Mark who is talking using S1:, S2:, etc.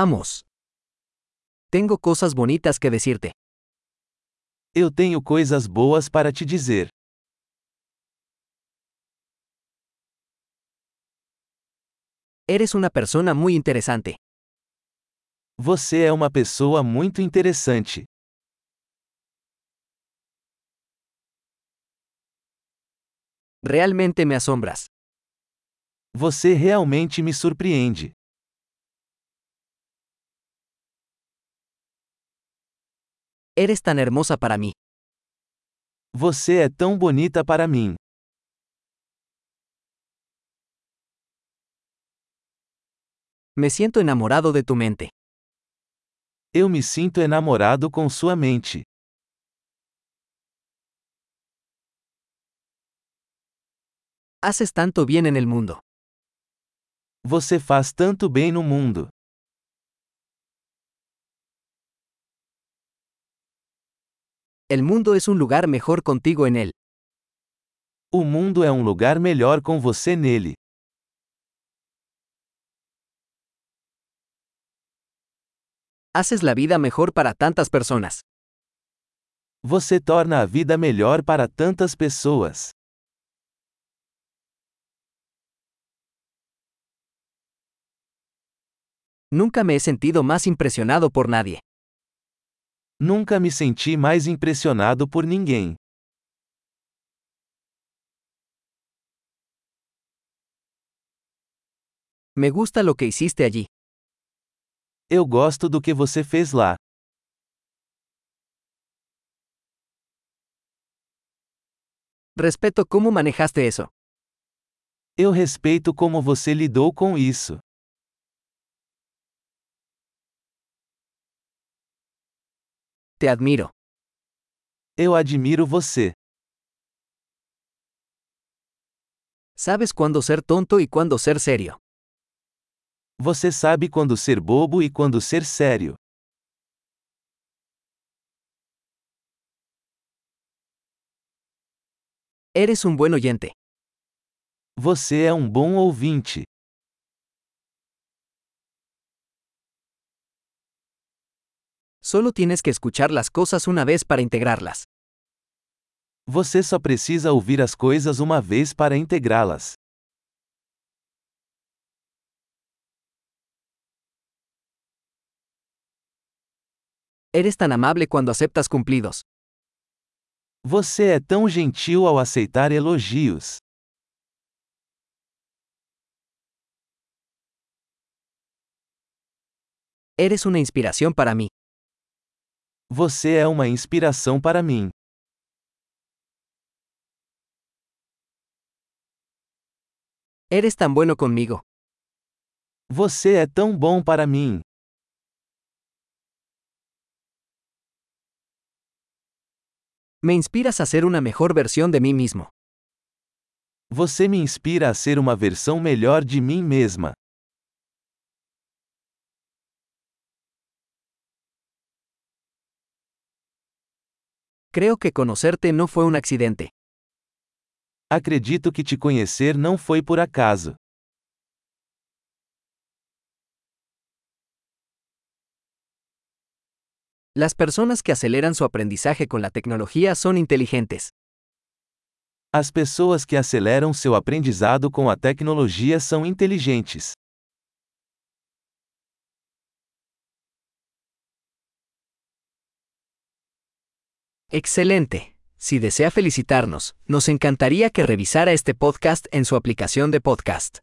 S1: Vamos. Tengo cosas bonitas que decirte.
S2: Eu tenho coisas boas para te dizer.
S1: Eres una persona muy interesante.
S2: Você é uma pessoa muito interessante.
S1: Realmente me asombras.
S2: Você realmente me surpreende.
S1: Eres tan hermosa para mí.
S2: Você é tão bonita para mim.
S1: Me siento enamorado de tu mente.
S2: Eu me sinto enamorado com sua mente.
S1: Haces tanto bien en el mundo.
S2: Você faz tanto bem no mundo.
S1: El mundo es un lugar mejor contigo en él.
S2: O mundo é um lugar melhor com você nele.
S1: Haces la vida mejor para tantas personas.
S2: Você torna a vida melhor para tantas pessoas.
S1: Nunca me he sentido más impresionado por nadie.
S2: Nunca me senti mais impressionado por ninguém.
S1: Me gusta lo que hiciste allí.
S2: Eu gosto do que você fez lá.
S1: Respeto cómo manejaste eso.
S2: Eu respeito como você lidou com isso.
S1: Te admiro.
S2: Eu admiro você.
S1: Sabes cuándo ser tonto y cuándo ser serio.
S2: Você sabe quando ser bobo e quando ser sério.
S1: Eres un buen oyente.
S2: Você é um bom ouvinte.
S1: Solo tienes que escuchar las cosas una vez para integrarlas.
S2: Você só precisa ouvir as coisas uma vez para integrá-las.
S1: Eres tan amable cuando aceptas cumplidos.
S2: Você é tão gentil ao aceitar elogios.
S1: Eres una inspiración para mí.
S2: Você é uma inspiração para mim.
S1: Eres tan bueno conmigo.
S2: Você é tão bom para mim.
S1: Me inspiras a ser una mejor versión de mí mismo.
S2: Você me inspira a ser uma versão melhor de mim mesma.
S1: Creo que conocerte no fue un accidente.
S2: Acredito que te conhecer não foi por acaso.
S1: Las personas que aceleran su aprendizaje con la tecnología son inteligentes.
S2: As pessoas que aceleram seu aprendizado com a tecnologia são inteligentes.
S1: Excelente. Si desea felicitarnos, nos encantaría que revisara este podcast en su aplicación de podcast.